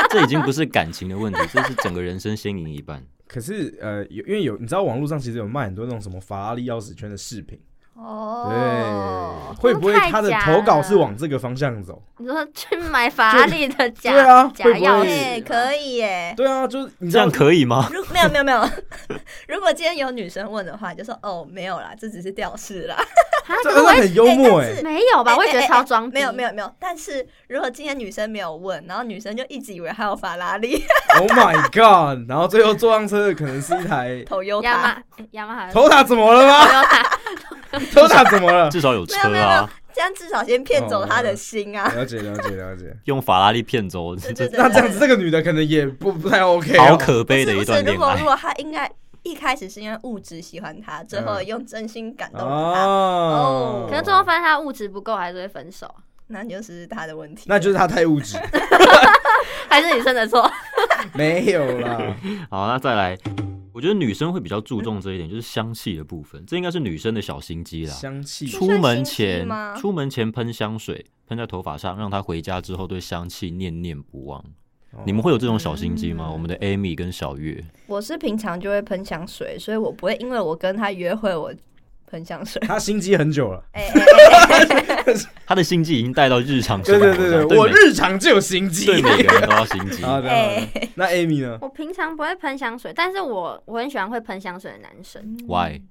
D: 这已经不是感情的问题，这是整个人生先赢一半。
B: 可是呃，有因为有你知道网络上其实有卖很多那种什么法拉利钥匙圈的饰品，
C: 哦
B: 对，，会不会
E: 哦太
B: 他的
E: 假
B: 投稿是
E: 了
B: 往这这个方向走？
E: 你说去买法拉利的假
B: 对啊
E: 假
B: 会不会
E: 钥
C: 哎
E: 匙，
C: 可以耶、
B: 对啊，就是你知
D: 这
B: 道
D: 样可以吗？
C: 如没有没有没有， 如果今天有女生问的话，就说哦没有啦，这只是吊饰啦。
E: 啊，
B: 这真
E: 可是
B: 的
E: 我也
B: 很幽默哎、
C: 但是
E: 没有吧？我也觉得超装逼，
C: 哎没有没有没有，但是如果今天女生没有问，然后女生就一直以为还有法拉利
B: o h，Oh my god！然后最后坐上车的可能是一 台
C: 投优
E: 雅
C: 塔，
E: 马雅马 哈，
B: 头塔，怎么了吗？头塔怎么了？
D: 至少有车
C: 没有没有
D: 啊，
C: 这样至少先骗
D: 哦
C: 走她的心啊。
B: 了解了解了解。
D: 用法拉利骗走，
C: 对
D: 这
C: 对对，
B: 那这样
C: 对
B: 子，这个女的可能也不不太 OK，、哦、
D: 好可悲的
C: 不
D: 一
C: 是
D: 段
C: 不是
D: 恋
C: 如果如
D: 爱。
C: 果他应该一开始是因为物质喜欢他，最后用真心感动了他，
B: 哦
C: 嗯哦
E: 可是最后发现他物质不够，还是会分手，
C: 那就是他的问题。
B: 那就是她太物质，
E: 还是女生的错？
B: 没有啦。
D: 好，那再来，我觉得女生会比较注重这一点，就是香气的部分，这应该是女生的小心机啦。
B: 香气
C: 这
D: 出
C: 算
D: 门
C: 心机
D: 前
C: 吗，
D: 出门前喷香水，喷在头发上，让她回家之后对香气念念不忘。你们会有这种小心机吗？
C: 嗯
D: 我们的 Amy 跟小月，
C: 我是平常就会喷香水，所以我不会因为我跟他约会，我喷香水。
B: 他心机很久了。
C: 哎哎哎
D: 他的心机已经带到日常
B: 对
D: 生活
B: 对
D: 上，
B: 对
D: 对
B: 对，我
D: 每
B: 日常就有心机。
D: 对每个人都要心机。
B: 好的，好
C: 哎
B: 的啊那 Amy 呢？
E: 我平常不会喷香水，但是我我很喜欢会喷香水的男生，
C: 嗯
D: Why？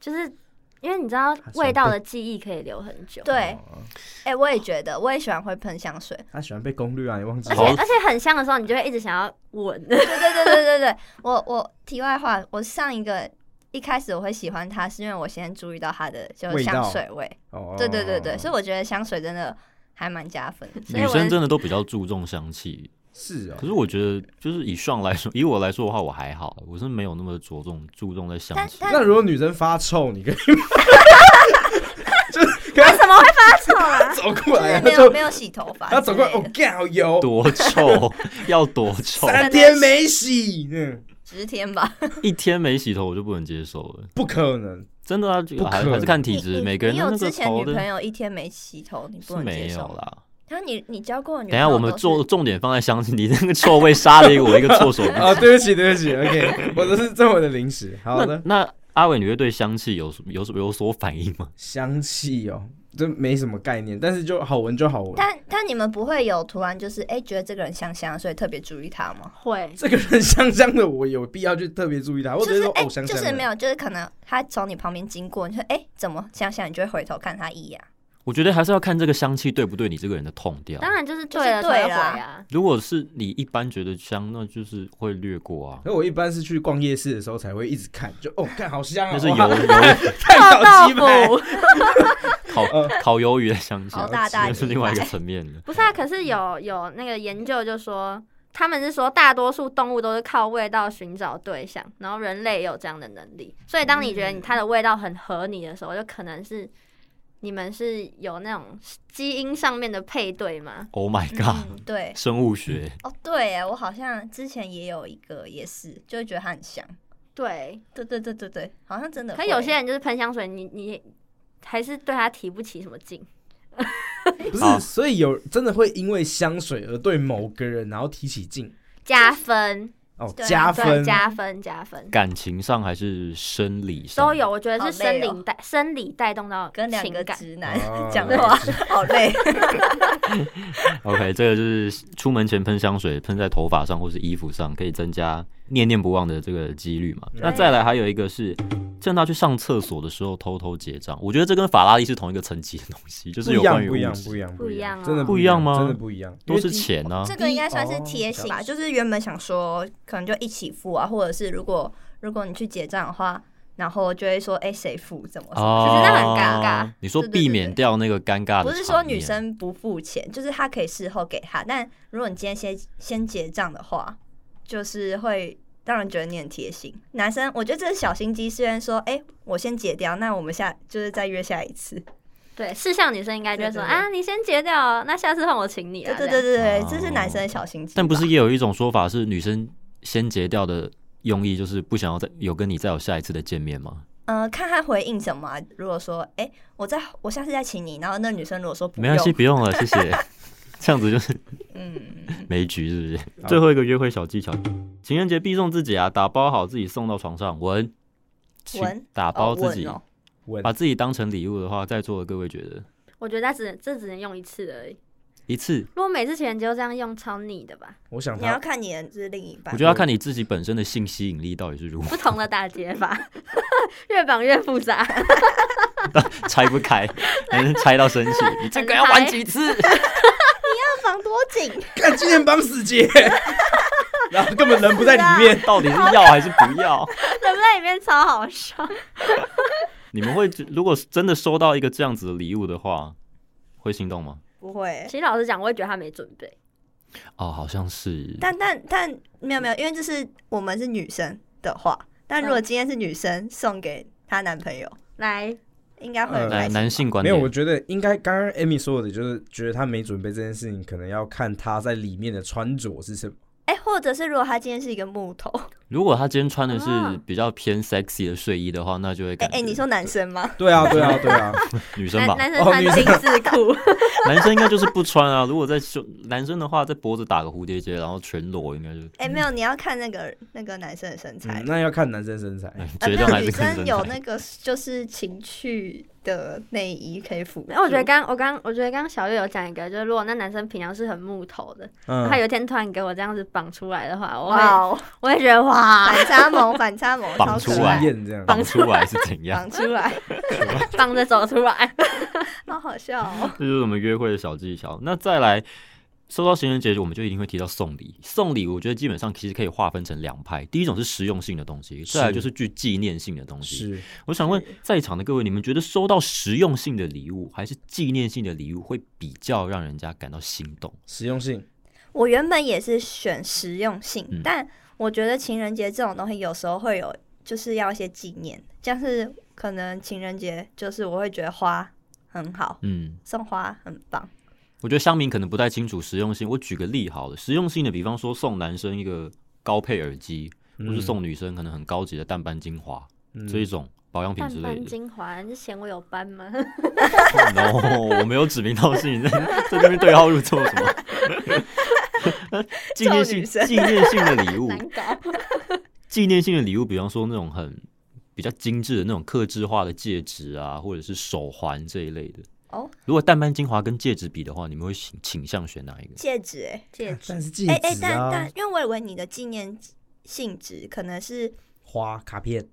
E: 就是因为你知道
B: 喜欢
E: 味道的记忆可以留很久。
C: 对，哎、我也觉得，我也喜欢会喷香水。
B: 他喜欢被攻略啊，你忘记
E: 而
B: 了？
E: 且
D: 好
E: 而且很香的时候，你就会一直想要闻。
C: 对对对对对对，我我题外话，我上一个一开始我会喜欢它，是因为我先注意到它的就是
B: 味道
C: 香水味。
B: 哦
C: 对对对对，所以我觉得香水真的还蛮加分的。所以
D: 女
C: 我
D: 生真的都比较注重香气，
B: 是哦
D: 可。是我觉得就是以上来说，以我来说的话，我还好，我是没有那么着重注重在香
C: 但
D: 气。
C: 但
B: 那如果女生发臭，你可以
E: 为什么会发臭啦？
B: 走过
C: 就是
B: 来，他
C: 没有
B: 就
C: 没有洗头 发之类的，
B: 他走过来，哦，干好油，
D: 多臭，要多 臭！
B: 三天没洗，嗯，
C: 十天吧。
D: 一天没洗头我就不能接受了，
B: 不可能。
D: 真的啊，这个
B: 不
D: 还
B: 可
D: 还是看体
C: 你
D: 质，
C: 你
D: 每个人
C: 你
D: 的
C: 有
D: 那个
C: 之前
D: 头
C: 女朋
D: 的
C: 友一天没洗头，你
D: 是
C: 不能接
D: 没有
C: 受。
D: 啦。
C: 然后你你交过的女
D: 等
C: 朋友
D: 一下，
C: 都
D: 我
C: 是，
D: 们重重点放在香气，你那个臭味杀了我一个 措手不及。
B: 啊，对不起，对不起，OK，我都是这么的零食。好
D: 那
B: 的，
D: 那阿伟，你会对香气有什有什有所反应吗？
B: 香气哦，这没什么概念，但是就好闻就好闻。
C: 但但你们不会有突然就是哎、觉得这个人香香，所以特别注意他吗？
E: 会，
B: 这个人香香的，我有必要去特别注意他，或
C: 就
B: 者是
C: 是
B: 说
C: 哎、
B: 哦，香
C: 就
B: 香
C: 是没
B: 的。
C: 有，就是可能他从你旁边经过，你说哎、怎么香香，你就会回头看他一眼。嗯
D: 我觉得还是要看这个香气对不对你这个人的痛调。
E: 当然就是
C: 就
E: 对
C: 是
E: 了才
C: 对
E: 会回
C: 啦
E: 啊。
D: 如果是你一般觉得香，那就是会略过啊。
B: 可我一般是去逛夜市的时候才会一直看，就
C: 嗯
B: 哦，看好香啊，
D: 那是
B: 哇
D: 油油
B: 看
E: 豆
B: 到鸡排，
E: 腐
D: 烤烤鱿鱼的香气，
C: 好大大
D: 那是
C: 鸡
D: 另外一个
C: 排
D: 层面 的。
E: 不是啊，可是有有那个研究就说，他们是说大多数动物都是靠味道寻找对象，然后人类也有这样的能力。所以当你觉得
C: 嗯
E: 你它的味道很合你的时候，就可能是你们是有那种基因上面的配对吗？
D: Oh my god！
C: 嗯，对，
D: 生物学，
C: 哦对耶，我好像之前也有一个也是，就会觉得他很香。
E: 对，
C: 对对对对对，好像真的会。
E: 可有些人就是喷香水，你你还是对它提不起什么劲。
B: 不
D: 好
B: 是，所以有真的会因为香水而对某个人然后提起劲
E: 加分，
B: 哦，
C: 对啊
B: 加
E: 对，
B: 分。
E: 加分，加分，
D: 感情上还是生理上
E: 都有。。我觉得是
C: 好累
E: 生
C: 哦
E: 理带、生理带动到
C: 跟两
E: 情
C: 个
E: 感
C: 直 男
B: 哦
C: 讲话，好累。
D: OK，这个就是出门前喷香水，喷在头发上或是衣服上，可以增加念念不忘的这个几率嘛。那再来还有一个是，趁他去上厕所的时候偷偷结账。我觉得这跟法拉利是同一个层级的东西，就是
B: 不一
D: 有关
B: 样，
D: 于
B: 不一
D: 物
B: 样，
D: 质，
B: 不一样，
E: 不一样哦
B: 真的
D: 不一样吗
B: 真的不一样，
D: 都是
B: 因为第一。
D: 钱啊呢、
C: 这个应该算是
B: 哦
C: 贴心吧，
B: 小
C: 就是原本想说可能就一起付啊，或者是如果如果你去结账的话，然后就会说哎谁付怎么什么，
D: 哦，
C: 其实那很尴尬。。
D: 你说
C: 对对
D: 避免掉那个尴尬的，
C: 不是说女，生不付钱，就是她可以事后给他，但如果你今天先先结账的话，就是会让人觉得你很贴心。男生我觉得这是小心机，虽然说哎、我先结掉，那我们下就是再约下一次。
E: 对，是像女生应该就会说
C: 对对对
E: 啊，你先结掉，那下次换我请你
C: 对
E: 啊。
C: 对
E: 这
C: 对
E: 样
C: 对对
D: 哦，
C: 这是男生的小心机吧。
D: 但不是也有一种说法是女生先结掉的用意，就是不想要再有跟你再有下一次的见面吗？
C: 呃，看他回应什么啊、如果说，哎、我再我下次再请你，然后那女生如果说不
D: 没关系，
C: 用，
D: 不用了，谢谢。 这样子就是
C: 嗯，
D: 没局，是不是？
B: 好
D: 最后一个约会小技巧，情人节必送自己啊，打包好自己送到床上闻，去
C: 闻
D: 打啊包自己，
C: 哦闻哦
B: 闻
D: 把自己当成礼物的话，在座的各位觉得
E: 我觉得它只这只能用一次而已。
D: 一次，
E: 如果每次情人节都这样用，超腻的吧？
B: 我想
C: 你要
B: 他
C: 看你的就是另一半。
D: 我觉得要看你自己本身的性吸引力到底是如何，
E: 不同的打结法， 越绑越复 杂。
D: 拆不开，还能拆到生 气。你这个要玩几次？
C: 要防多紧，
B: 看今天绑死结，然啊后根本人不在里 面。
D: 到底是
C: 啊
D: 要还是不要？
E: 人在里面超好笑，
D: 你们会觉如果真的收到一个这样子的礼物的话，会心动吗？
C: 不会。
E: 其实老实讲，我也觉得他没准备。
D: 哦，好像是。
C: 但但但没有没有，因为这是我们是女生的话，但如
E: 嗯
C: 果今天是女生送给她男朋友，
E: 来，
C: 应该会很
B: 呃
C: 开
D: 来，
C: 心
D: 男性观
B: 没
D: 点
B: 有，我觉得应该刚刚 Amy 说的，就是觉得他没准备这件事情，可能要看他在里面的穿着是什么。
C: 哎、哎、或者是如果他今天是一个木头，
D: 如果他今天穿的是
E: 啊
D: 比较偏 sexy 的睡衣的话，那就会
C: 哎
D: 感
C: 哎、
D: 觉
C: 你说男生吗？
B: 对啊，对啊，对 啊，
D: 女生
E: 男
D: 吧，
E: 男生
B: 哦
E: 穿
B: 女生
E: 丁字裤，
D: 男生应该就是不穿啊。如果在胸男生的话，在脖子打个蝴蝶结，然后全裸，应该就
C: 哎、没有，你要看那个那个男生的身材。
B: 嗯那要看男生身材。
C: 呃
D: 决定
C: 没有
D: 还
C: 女
D: 是看
C: 生
D: 身
C: 有
D: 材。
C: 那个就是情趣的内衣可以辅助。
E: 没有我觉得刚我刚我觉得刚刚小月有讲一个，就是如果那男生平常是很木头的，
B: 嗯
E: 他，有一天突然给我这样子绑出来的话，我会
C: 哇哦，
E: 我会觉得哇，
C: 反差萌，反差萌，
D: 绑
C: 超
D: 出
C: 可
D: 来
C: 爱，
B: 艳这样。
D: 绑出来是怎样？
C: 绑出来，
E: 绑着走出 来。
C: 好好笑哦。
D: 这就是我们约会的小技巧。那再来，说到情人节，我们就一定会提到送礼。送礼，我觉得基本上其实可以划分成两派，第一种是实用性的东西，
B: 是
D: 再来就是具纪念性的东西。
B: 是
D: 我想问在场的各位，你们觉得收到实用性的礼物还是纪念性的礼物会比较让人家感到心动？
B: 实用性，
C: 我原本也是选实用性，
D: 嗯
C: 但我觉得情人节这种东西有时候会有，就是要一些纪念，像是可能情人节就是我会觉得花很好，
D: 嗯，
C: 送花很棒，
D: 我觉得乡民可能不太清楚实用性。我举个例好了，实用性的，比方说送男生一个高配耳机，或是送女生可能很高级的淡斑精华、
B: 嗯
D: 这一种保养品之
E: 淡
D: 类
E: 斑
D: 的。
E: 精华，你是嫌我有斑吗？
D: no，我没有指名道姓， 在在这边对号入座什么？纪念
C: 臭
D: 性
C: 女生
D: 纪念性的礼物，
E: 难搞。
D: 纪念性的礼物，比方说那种很比较精致的那种刻制化的戒指啊，或者是手环这一类的。
C: 哦，
D: 如果淡斑精华跟戒指比的话，你们会倾倾向选哪一个？
C: 戒指、欸，
E: 戒指
B: 但是戒
C: 哎哎、
B: 指
C: 但
B: 啊
C: 但，因为我以为你的纪念性质可能是
B: 花卡片，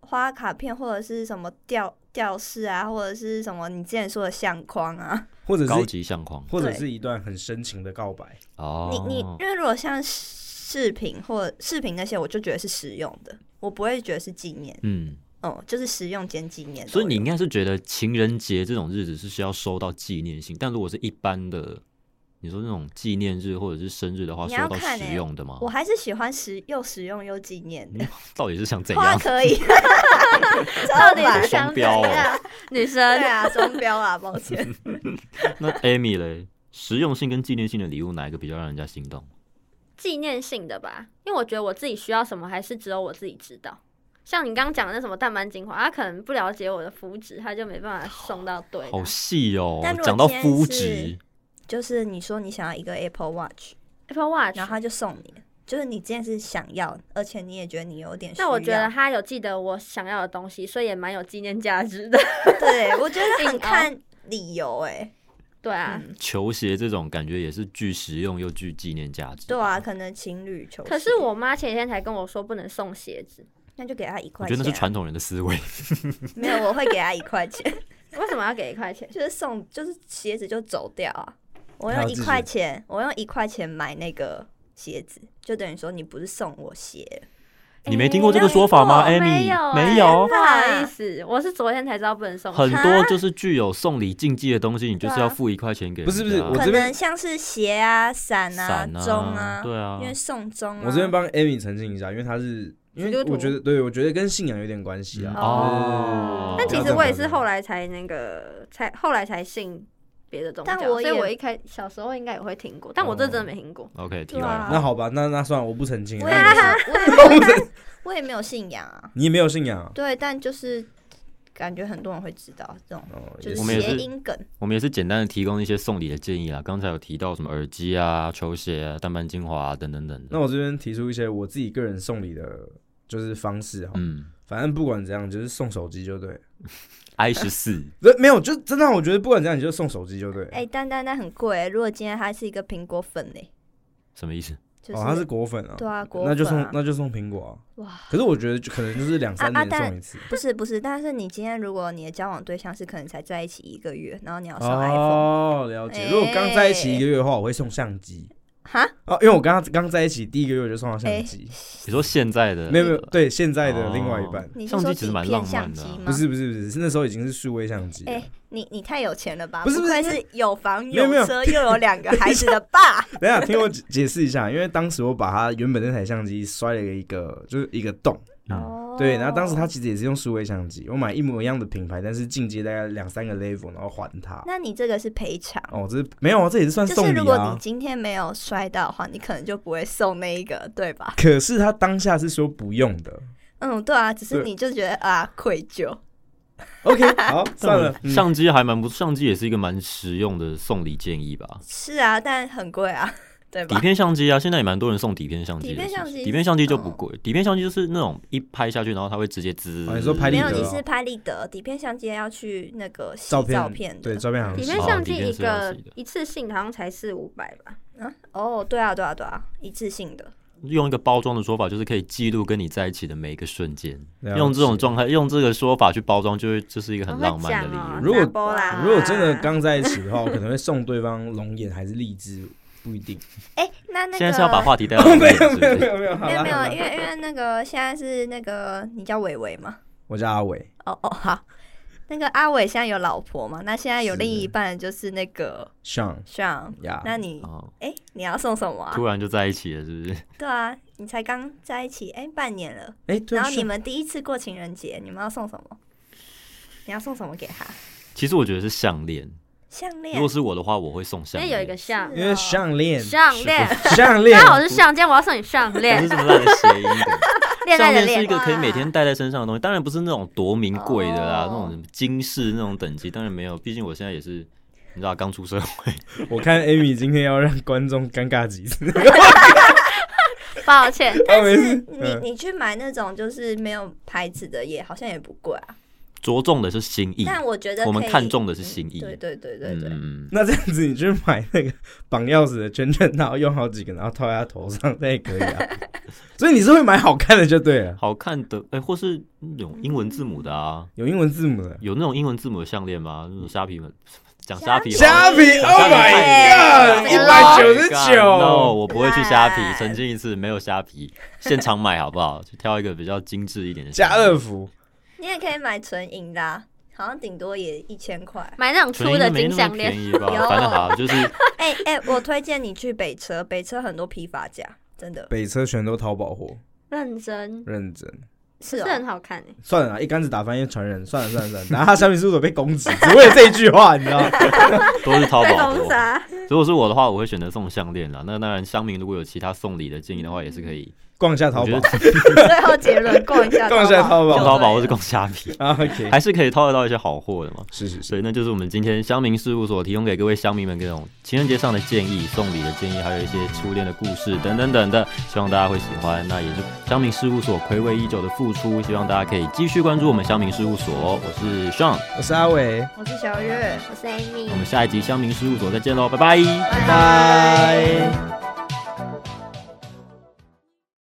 C: 花卡片或者是什么吊吊饰啊，或者是什么你之前说的相框啊。
B: 或者
D: 高
B: 是
D: 级相框
B: 或者是一段很深情的告白。
D: 哦，
C: 你你因为如果像饰品或饰品那些，我就觉得是实用的，我不会觉得是纪念，
D: 嗯，
C: 哦，就是实用兼纪念都有。
D: 所以你应该是觉得情人节这种日子是需要收到纪念性，但如果是一般的，你说那种纪念日或者是生日的话，
C: 你
D: 收
C: 要
D: 到
C: 看欸
D: 实用的吗？
C: 我还是喜欢实又实用又纪念的
D: 嗯到底是想怎
C: 花
D: 样？
C: 可以，
E: 到
C: 到
E: 底是
D: 双
E: 想怎
D: 标哦
E: 样？女
C: 对
E: 生
C: 啊，双标啊，抱 歉。
D: 那 Amy 嘞，实用性跟纪念性的礼物哪一个比较让人家心动？
E: 纪念性的吧，因为我觉得我自己需要什么，还是只有我自己知道。像你刚刚讲的那什么淡斑精华，他可能不了解我的肤质，他就没办法送到对的。
D: 好细哦
C: 哎但如，果
D: 讲到
C: 今天
D: 肤
C: 是
D: 质，
C: 就是你说你想要一个 Apple Watch，
E: Apple Watch，
C: 然后他就送你，就是你这件是想要，而且你也觉得你有点需要。
E: 那我觉得他有记得我想要的东西，所以也蛮有纪念价值的。
C: 对，我觉得
E: 硬
C: 很
E: 凹
C: 看理由哎、
E: 对啊，
D: 球鞋这种感觉也是具实用又具纪念价值。
C: 对啊，，可能情侣球鞋。
E: 可是我妈前几天才跟我说不能送鞋 子，
C: 那就给他一
D: 我
C: 块
D: 觉
C: 钱
D: 得
C: 啊、
D: 那是传统人的思维。
C: 没有，我会给他一块钱，
E: 为什么要给一块钱？
C: 就是送，就是鞋子就走掉啊。我
B: 还
C: 用
B: 有
C: 一
B: 自己
C: 块钱，我用一块钱买那个鞋子，就等于说你不是送我鞋，
D: 你没听过这个说法吗
E: 诶哎没有
D: ，Amy？
E: 诶
D: 没有
E: 不好意思，我是昨天才知道不能送。
D: 很多就是具有送礼禁忌的东西，你就是
C: 啊
D: 要付一块钱给人
B: 不
D: 家。
B: 是不是我
C: 可
B: 这边
C: 能像是鞋啊、伞啊、
D: 伞
C: 钟啊，
D: 对啊
C: 因，为送钟啊。
B: 我这边帮 Amy 澄清一下，因为她是因
E: 嗯基督
B: 为
E: 徒
B: 我觉得对我觉得跟信仰有点关系啊。
D: 嗯哦
E: 但
B: 对对对对
E: 其实我也是后来才那个，才后来才信别的宗教，
C: 但我
E: 所以
C: 也
E: 我一开小时候应该也会听过，但我这真的没听过。
D: OK，题
C: 对
D: 外
C: 啊
D: 话，
B: 那好吧，那那算了，我不澄清了。
C: 我也
B: 那
C: 没
B: 你
E: 啊
B: 说
C: 有，啊我也没有，我也没有信仰啊。
B: 你也没有信仰啊？
C: 对，但就是感觉很多人会知道这种，
B: 哦，
C: 就
B: 也
D: 我们也
C: 谐
D: 是
C: 音梗。
D: 我们也是简单的提供一些送礼的建议啦。刚才有提到什么耳机啊、球鞋啊、淡斑精华啊等等等
B: 那
D: 等。
B: 我这边提出一些我自己个人送礼的，就是方式哈。
D: 嗯
B: 反正不管怎样，就是送手机就对了。
D: ，i 十四，
B: 对，没有，就真的，我觉得不管怎样，你就送手机就对了。啊哦
C: 哎、但但但很贵、如果今天他是一个苹果粉呢、
D: 什么意思？
C: 就是、
B: 哦，他是果粉啊，
C: 对啊，果粉、啊、
B: 那就送那就送苹果啊。
C: 哇，
B: 可是我觉得就可能就是两三
C: 啊啊
B: 年
C: 但
B: 送一次。
C: 不是不是，但是你今天如果你的交往对象是可能才在一起一个月，然后你啊要送 iPhone，
B: 哦，了解。
C: 哎
B: 如果刚在一起一个月的话，我会送相机
C: 哈，
B: 哦，因为我刚刚在一起第一个月我就送他相机，
C: 哎
D: 你说现在的
B: 没有没有，对现在的另外一半，
C: 你是
D: 相机
C: 说
D: 其实
C: 底
D: 蛮
C: 片
D: 浪
C: 相
D: 漫的
C: 机
D: 啊
C: 吗？
B: 不是不是不是，是那时候已经是数位相机了。
C: 哎、你你太有钱了吧？
B: 不是不是
C: 愧是有房
B: 没有没有
C: 车又有两个孩子的 爸。
B: 等一下，听我解解释一下，因为当时我把他原本那台相机摔了一个，就是一个洞，
D: 嗯
E: 哦
B: 对，然后当时他其实也是用数位相机，我买一模一样的品牌，但是进阶大概两三个 level，然后还他。
C: 那你这个是赔偿。
B: 哦，这是没有啊，这也是算
C: 就
B: 送
C: 是
B: 礼
C: 如果
B: 啊
C: 你。今天没有摔到的话，你可能就不会送那一个，对吧？
B: 可是他当下是说不用的。
C: 嗯，对啊，只是
B: 对
C: 你就觉得啊愧疚，
B: OK，好，算了，嗯
D: 相机还蛮不，相机也是一个蛮实用的送礼建议吧。
C: 是啊，但很贵啊，对
D: 底
C: 吧？
D: 片相机啊，现在也蛮多人送底片相机的。
C: 底片相机嗯
D: 是不是底片相机就不贵，底片相机就是那种一拍下去，然后它会直接滋。
B: 哦你说拍
C: 没
B: 立
C: 有，
B: 得
C: 你
B: 啊
C: 是拍立得，底片相机要去那个洗
B: 照片
C: 照片的
B: 对，照片好
E: 底
B: 像
E: 片
B: 是。
E: 相
D: 哦
E: 机
D: 底片
E: 一
D: 是要
E: 个
D: 自己的
E: 一次性好像才四五百吧，
C: 啊，哦，对啊，对啊，对啊，一次性的，
D: 用一个包装的说法，就是可以记录跟你在一起的每一个瞬间。
B: 了解
D: 用这种状态，用这个说法去包装，就会这是一个很浪漫的礼
E: 哦
D: 物。
B: 如果
E: 果
B: 如果真的刚在一起的话，我可能会送对方龙眼还是荔枝，不一定。
C: 哎，那那个
D: 现在是要把话题带到
B: 哦，
D: 这
B: 没
D: 里，是
B: 有没 有没有
D: 不是？
B: 没有，好
C: 没有
B: 了
C: 没
B: 好
C: 有，
B: 了
C: 因为因为那个现在是那个你叫伟伟嘛，
B: 我叫阿伟，
C: 哦哦好，那个阿伟现在有老婆嘛，那现在有
B: 是
C: 另一半就是那个
B: Sean
C: 像，
B: 呀，
C: 那你
D: 哦，
C: 哎你要送什么啊
D: 突？然就在一起了，是不是？
C: 对啊，你才刚在一起哎半年了，
B: 哎，对
C: 然后你
B: Sean
C: 们第一次过情人节，你们要送什么？你要送什么给他？
D: 其实我觉得是项链。
C: 项
D: 如
C: 链
D: 果。是我的话，我会送项
E: 哎那
D: 链。
E: 哎有一个项
B: 因为项链
E: 项链，
B: 项 链
E: 刚好是项，今天我要送你项
D: 不
E: 链
D: 是，这么烂的谐音梗。
E: 恋
D: 项
E: 爱的
D: 链是一
E: 恋
D: 个。可以每天戴在身上的东西，当然不是那种多名贵的啦，
C: 哦
D: 那种什么金饰那种等级，当然没有。毕竟我现在也是，你知道，刚出社会，
B: 我看 Amy 今天要让观众尴尬几次。
E: 抱歉，
B: 但
C: 是你
D: 嗯
B: 嗯
C: 你去买那种就是没有牌子的也好像也不贵啊，
D: 着重的是心意。
C: 但我觉得
D: 我们
C: 可以嗯
D: 看重的是心意
C: 对对对对对，
D: 嗯，
B: 那这样子，你去买那个绑钥匙的圈圈，然后用好几个，然后套在他头上，那也可以 啊。所以你是会买好看的就对了，
D: 好看的，哎、或是那种英文字母的啊，
B: 有英文字母的。
D: 有那种英文字母的项链吗？那种虾皮们讲虾皮好了。
B: 虾皮，Oh my God，一百九十
D: No，
B: 九，
D: 我不会去虾皮
C: 烂，
D: 曾经一次没有虾皮，现场买好不好？去挑一个比较精致一点的项
B: 家
D: 链。
B: 乐福。
C: 你也可以买纯银的啊、好像顶多也一千块。
E: 买那种
D: 纯
E: 粗
D: 银
E: 的
D: 的没
E: 金
D: 那
E: 项
D: 么
E: 链
D: 便。宜吧
C: 有？
D: 反正好，就是
C: 哎哎、我推荐你去北车，北车很多批发价，真的
B: 北车全都淘宝货，
E: 认真，
B: 认真。
C: 是
E: 是
C: 哦。
E: 很好看欸诶。
B: 算了啦，一竿子打翻一船人，算了算了算了。然后他虾皮事务所被攻击，只为了这一句话，你知道吗？
D: 都是淘
E: 被
D: 宝
E: 封
D: 货。
E: 杀，
D: 如果是我的话，我会选择送项链啦。那当然，乡民如果有其他送礼的建议的话，也是可以
B: 逛一下淘
D: 我
B: 宝
D: 觉
C: 最后结论，逛一下
B: 逛一下淘宝
D: 逛淘宝或
C: 就对了
D: 是逛虾皮，
B: 啊，OK，
D: 还是可以淘得到一些好货的嘛。
B: 是是是，
D: 所以，那就是我们今天乡民事务所提供给各位乡民们各种情人节上的建议、送礼的建议，还有一些初恋的故事等等等的，希望大家会喜欢。那也是乡民事务所暌违已久的付出，希望大家可以继续关注我们乡民事务所哦。我是 Sean，
B: 我是阿伟，
C: 我是小月。
E: 我是 Amy
D: 我。们下一集乡民事务所再见喽，拜拜。
B: 拜拜。